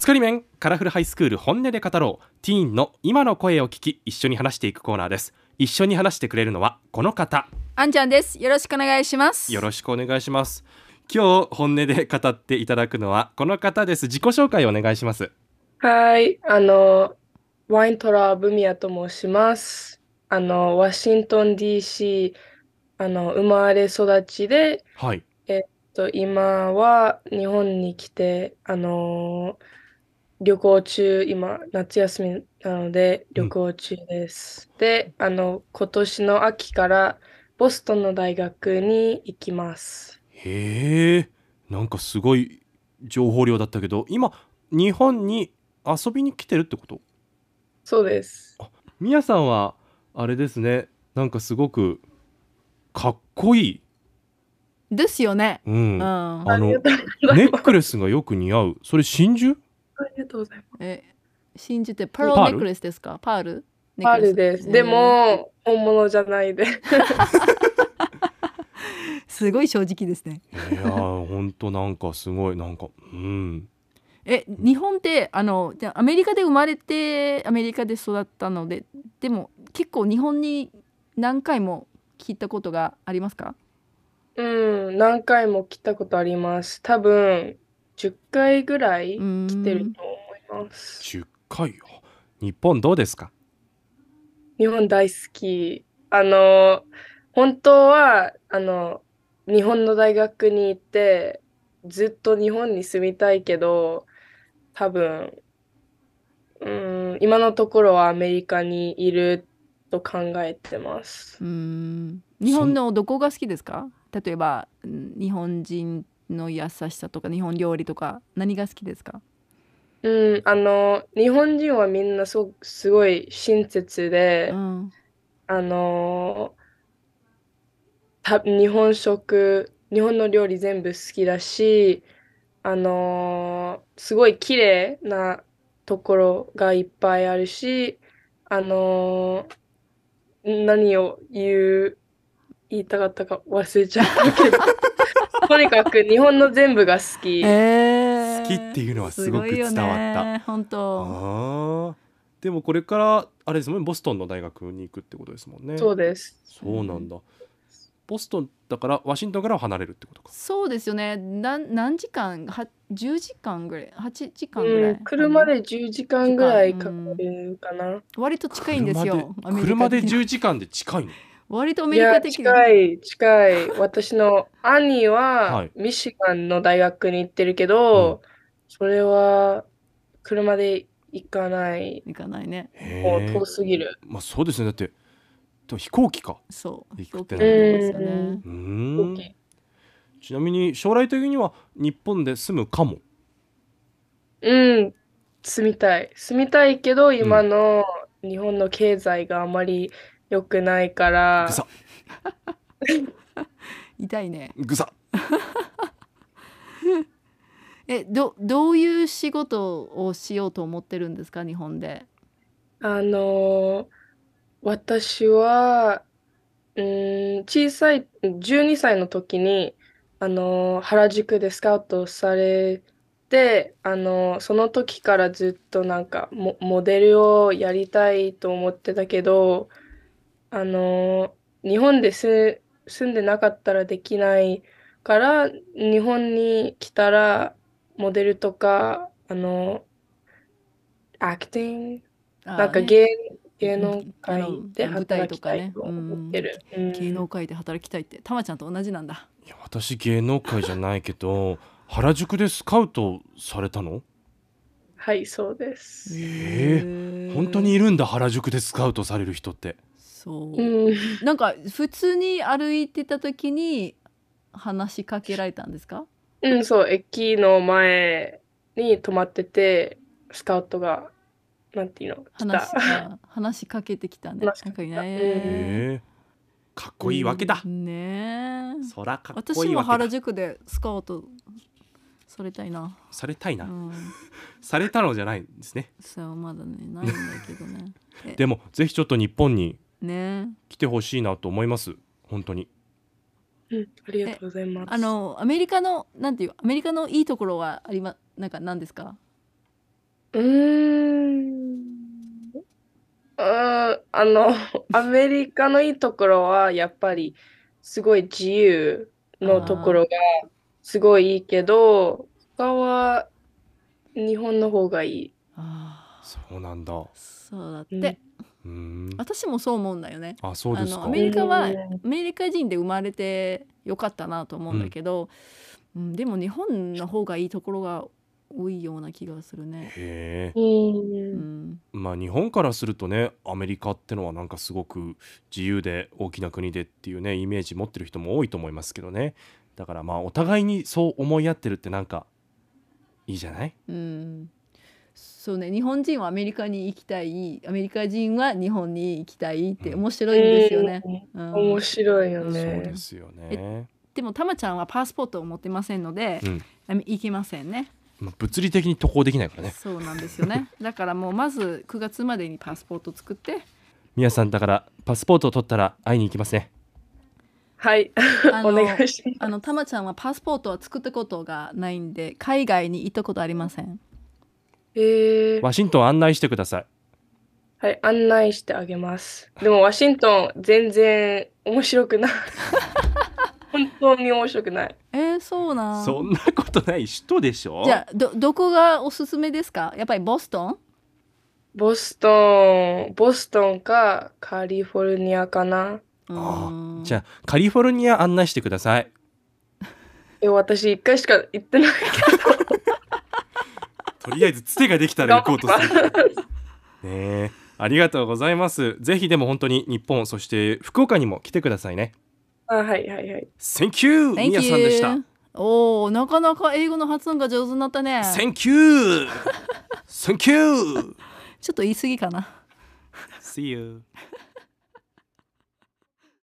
作り面カラフルハイスクール本音で語ろうティーンの今の声を聞き一緒に話していくコーナーです一緒に話してくれるのはこの方あんちゃんですよろしくお願いしますよろしくお願いします今日本音で語っていただくのはこの方です自己紹介お願いしますはい、あの、ワイントラーブミヤと申します。あの、ワシントン DC、あの、生まれ育ちで、はいと今は日本に来て、あの、旅行中、今、夏休みなので、うん旅行中です。で、あの、今年の秋から、ボストンの大学に行きます。へえなんかすごい情報量だったけど今日本に遊びに来てるってことそうです。みやさんはあれですねなんかすごくかっこいい、ですよねうんうあんのありネがとうございッます。クレスがよく似合うそれ真珠ありがとうございます。え真珠ってパールパネールックレスですかパールネパッークレスルです。でも、本物じゃないです。えーすごい正直ですねいやーほんとなんかすごいなんかうんえ日本ってあのじゃあアメリカで生まれてアメリカで育ったのででも結構日本に何回も聞いたことがありますかうん、何回も来たことあります。多分、10回ぐらい来てると思います。 10回よ日本どうですか日本大好き。あの、本当は、あの、日本の大学に行って、ずっと日本に住みたいけど、多分、うん、今のところはアメリカにいると考えてますう。ーん日本のどこが好きですか例えばうん日本人の優しさとか日本料理とか何が好きですかうん、あの、日本人はみんなすごく、すごい親切でう、んあのーた日本食、日本の料理全部好きだし、あのーすごい綺麗なところがいっぱいあるし、あのー何を言う、言いたかったか忘れちゃったけ ど、とにかく日本の全部が好き。えー好きっていうのはすごく伝わったすごいよね本当ああでもこれからあれですもんねボストンの大学に行くってことですもんねそううです。そうなんだボストンだからワシントンからは離れるってことかそうですよねなん何時間は10時間ぐらい8時間ぐらうい、ん、車で10時間ぐらいかかるかな。割と近いんですよアメリ車カ的でに10時間で近い の割とアいメリや、カ的近い、近い。私の兄ははいミシガンの大学に行ってるけど、それは車で行かない。行かないねもへうえ遠すぎる。まあそうですねだってと飛行機かそう行くって飛行機ですよねうんうー飛ん行機ちなみに将来的には日本で住むかもうん、住みたい。住みたいけど、今の日本の経済があまり良くないからぐ、さ痛いねぐさえどどういう仕事をしようと思ってるんですか日本であのー私は、うーん、小さい、12歳の時に、あのー原宿でスカウトされて、あのーその時からずっとなんかモ、モデルをやりたいと思ってたけど、あのー日本で住、住んでなかったらできないから、日本に来たら、モデルとか、あのー、アクティング、なんか芸芸、芸能界であの舞台働ときかたねいと思ってる。うん芸能界で働きたいってたまちゃんと同じなんだいや私芸能界じゃないけど原宿でスカウトされたのはい、そうです。へえ本当にいるんだ原宿でスカウトされる人ってそう、うん、なんか普通に歩いてた時に話しかけられたんですかうん、そう、駅の前に泊まってて、スカウトが、なんていうの、来話た。が 話しかけてきたね話しかなんかねへへえかっこいいわけだうんねえそらかっこ私いいもわけ原だ宿でスカウトされたいな、されたいうな、ん、されたのじゃないんですねそうま だねないんだけどねでもぜひちょっと日本にねえ来てほしいなと思います本当にうん、ありがとうございます。あのアメリカのなんていうアメリカのいいところはありまなんか何ですかうーん。うーんあの、 アメリカのいいところは、やっぱり、すごい自由のところが、すごいいいけど、他は、日本の方がいい。あーそうなんだうそうだっうんて、ーん私もそう思うんだよねあそうですあのかアメリカはうんアメリカ人で生まれてよかったなと思うんだけど、うんでも日本の方がいいところが多いような気がするね。へえう。うんん、まあ日本からするとねアメリカってのはなんかすごく自由で大きな国でっていうねイメージ持ってる人も多いと思いますけどねだからまあお互いにそう思い合ってるってなんかいいじゃないうん、そうね日本人はアメリカに行きたいアメリカ人は日本に行きたいってうん面白いんですよね。うんうん面白いよそうね。ですよね、でもたまちゃんはパスポートを持ってませんので、うんあ行けませんねまあ、物理的に渡航できないからねそうなんですよねだからもうまず9月までにパスポート作 って皆さんだからパスポートを取ったら会いに行きますねはい、あのお願いします。あのたまちゃんはパスポートは作ったことがないんで海外に行ったことありませんえーワシントン案内してくださいはい、案内してあげます。でも、ワシントン、全然面白 くない。本当に面白くない。えー、そうなんそんなことない人でしょじゃあどどこがおすすめですかやっぱりボストンボストン、ボストンかカリフォルニアかな。あうんじゃあカリフォルニア案内してくださいえ、私、一回しか行ってないけど。とりあえずつてができたら行こうとするねえありがとうございますぜひでも本当に日本そして福岡にも来てくださいねあ、はいはいはい。 Thank you! み Thank やさんでした you おーなかなか英語の発音が上手になったね Thank you! Thank you! ちょっと言い過ぎかな See you!